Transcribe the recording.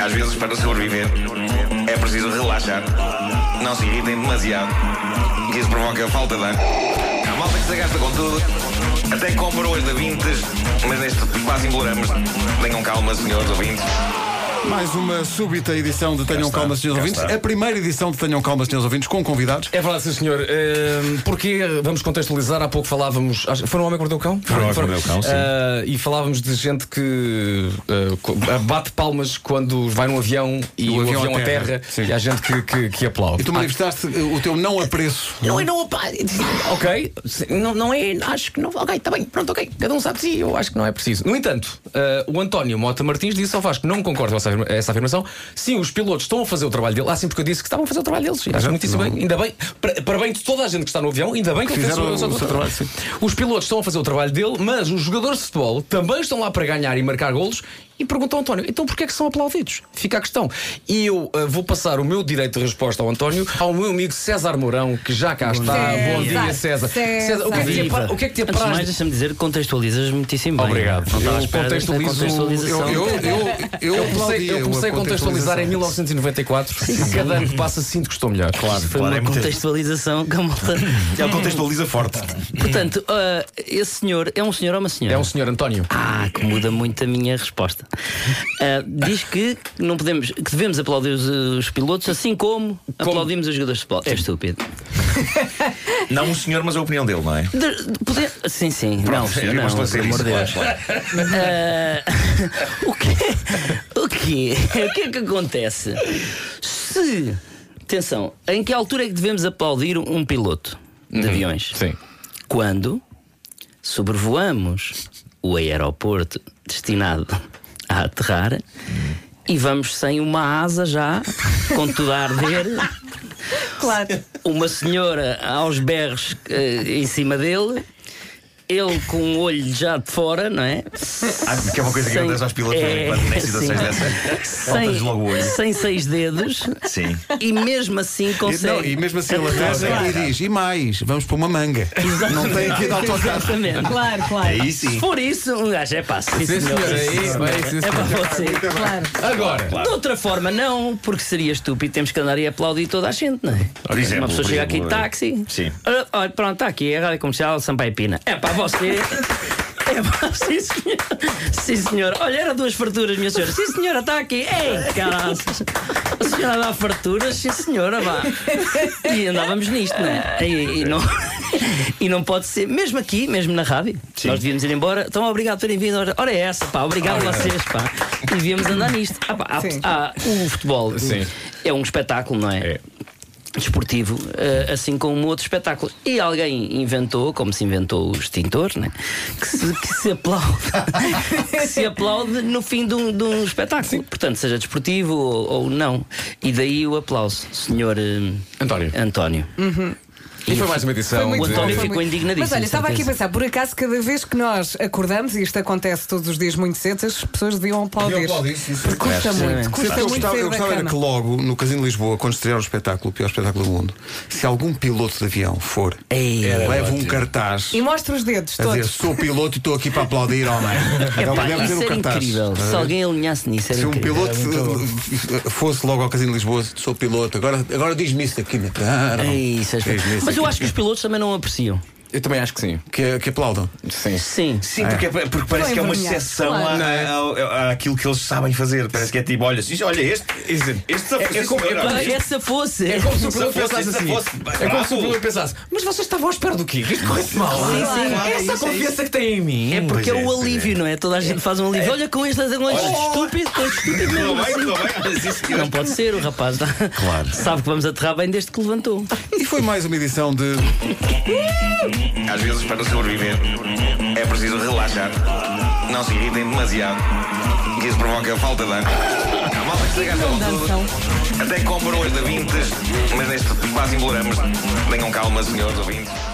Às vezes, para sobreviver, é preciso relaxar. Não se irritem demasiado, que isso provoca falta de ar. A malta que se gasta com tudo, até compra hoje da Vintes, mas neste quase imploramos. Tenham calma, senhores ouvintes. Mais uma súbita edição de Tenham está, Calma, Senhores cá Ouvintes. está. A primeira edição de Tenham Calma, Senhores Ouvintes, com convidados. É verdade, sim, senhor. Ehm, porque vamos contextualizar, há pouco falávamos. acho- Foi no Homem que Mordeu o Cão? Foi no Homem que Mordeu o Cão, sim. Ah, e falávamos de gente que ah, co- bate palmas quando vai num avião e o, avião, aterra. Sim. E há gente que, que, que aplaude. E Ah. tu manifestaste eh, o teu não apreço. Não é, não, pá. Ok, Se- Não, não é, acho que não. Ok, está bem, pronto, ok. Cada um sabe de si. Eu acho que não é preciso. preciso. No entanto, ah, o António Mota Martins disse ao Vasco: não concordo com essa, afirma- essa afirmação. Sim, os pilotos estão a fazer o trabalho deles. Ah, sim, porque eu disse que estavam a fazer o trabalho deles. E Acho muitíssimo bem. Ainda bem. Para, parabéns de toda a gente que está no avião. Ainda bem que, ele fez Fizeram o, o seu trabalho, sim. Os pilotos estão a fazer o trabalho dele, mas os jogadores de futebol também estão lá para ganhar e marcar golos. E perguntam ao António, então porquê é que são aplaudidos? Fica a questão. E eu ah, vou passar o meu direito de resposta ao António, ao meu amigo César Mourão, que já cá está. Bom dia, César. César. o que é que te apra- o que é que te Antes de apraz mais, deixa-me dizer que contextualizas muitíssimo bem. Obrigado. Não estava Eu à espera desta contextualizo- contextualização. Eu, eu, eu, Eu comecei, eu aplaudia comecei a a contextualizar contextualização. em 1994 e cada ano que passa sinto que estou melhor. Claro. Foi Claro, é uma muito- contextualização que a malta. Ele contextualiza forte. Portanto, ah, esse senhor é um senhor ou uma senhora? É um senhor António. Ah, que muda muito a minha resposta. Ah, diz que não podemos, que devemos aplaudir os, os pilotos assim como, aplaudimos os jogadores de futebol. É estúpido. Não o senhor, mas a opinião dele, não é? De- de poder- Sim, sim. não, Pronto, senhor, eu não, gosto de pelo dizer amor isso, de Deus. claro, claro. O que, o, que, o que é que acontece? Se. Atenção, em que altura é que devemos aplaudir um piloto de aviões? Sim. Quando sobrevoamos o aeroporto destinado a aterrar e vamos sem uma asa já, com tudo a arder, Claro. uma senhora aos berros eh, em cima dele. Ele com o olho já de fora, não é? Ah, que é uma coisa que Sem- acontece aos pilotos é, quando né? em situações sim. dessas. Faltas Sem, logo o olho. sem seis dedos Sim. e mesmo assim E, consegue. não, e mesmo assim ele Claro. aterra e diz: e mais, vamos para uma manga. Não tem aqui de autocarro. Exatamente. Claro, claro. Aí Se sim. for isso, um gajo é pá, sim, senhor. É para você. Claro. Agora, De outra forma, não, porque seria estúpido. Temos que andar e aplaudir toda a gente, não é? Por exemplo, Uma pessoa por chega aqui exemplo, de táxi. Sim. Olha, olha, pronto, está aqui, é a rádio comercial de Sampaio Pina. É para você. É para sim, senhor. Sim, senhor. Olha, era duas farturas, minha senhora. Sim, senhora, está aqui. Ei, caraças. A senhora dá farturas, sim, senhora, vá. E andávamos nisto, não é? E, e não, e não pode ser, mesmo aqui, mesmo na rádio, nós devíamos ir embora. Então, obrigado por terem vindo. Ora, Ora é essa, pá, obrigado a vocês, pá. E devíamos andar nisto. Ah, pá, há- Sim. há- o futebol Sim. é um espetáculo, não é? desportivo, eh, assim como outro espetáculo. E alguém inventou, como se inventou o extintor, né? que, se, que se aplaude que se aplaude no fim de um, de um espetáculo. Portanto, seja desportivo ou, ou não. E daí o aplauso, senhor eh, António. António. E foi mais uma edição. muito de- bom. António foi ficou muito- indignadíssimo, Mas olha, estava aqui a certeza. pensar, por acaso, cada vez que nós acordamos, e isto acontece todos os dias muito cedo, as pessoas deviam aplaudir. Deviam aplaudir, sim, sim. É Porque custa muito, custa Eu muito né, gostava, sair eu da gostava era cama. que logo no Casino de Lisboa, quando estrear o espetáculo, o pior espetáculo do mundo, se algum piloto de avião for, Ei, leva um cartaz E mostra os dedos a dizer: todos. sou piloto e estou aqui para aplaudir, homem. Então, Epá, deve ter isso um era cartaz. incrível. Se alguém alinhasse nisso, era Se um incrível. piloto eh, fosse logo ao Casino de Lisboa, sou piloto, agora, agora diz-me isso aqui na cara. Ei, isso Diz-me é espetáculo. isso Mas eu aqui. acho que os pilotos também não apreciam. Eu também acho que sim. que, que aplaudam. Sim. Sim. Sim, porque, é- porque parece Não que é uma envergonhar, exceção claro. à- à- à- àquilo que eles sabem fazer. Parece que é tipo, olha, isto- olha este. é, Este safo- sim, senhora, olha, Mas este- essa fosse. É como se o Se piloto fosse, pensasse se assim. fosse, É como bravo. se o piloto pensasse, mas vocês estavam à espera do quê? Isto corre-se mal. sim. Essa confiança que tem em mim. É porque é, Pois é, o pois alívio, não é? Toda a gente faz um alívio. Olha com este, com este estúpido, com este estúpido mesmo. Tudo bem, tudo bem. Não pode ser, o rapaz tá- sabe que vamos aterrar bem desde que levantou. E foi mais uma edição de. Às vezes, para sobreviver, é preciso relaxar. Não se irritem demasiado, que isso provoca falta de ar. Há malta que se gasta com tudo. Até compram hoje da Vintes, mas neste quase imploramos. Tenham calma, senhores ouvintes.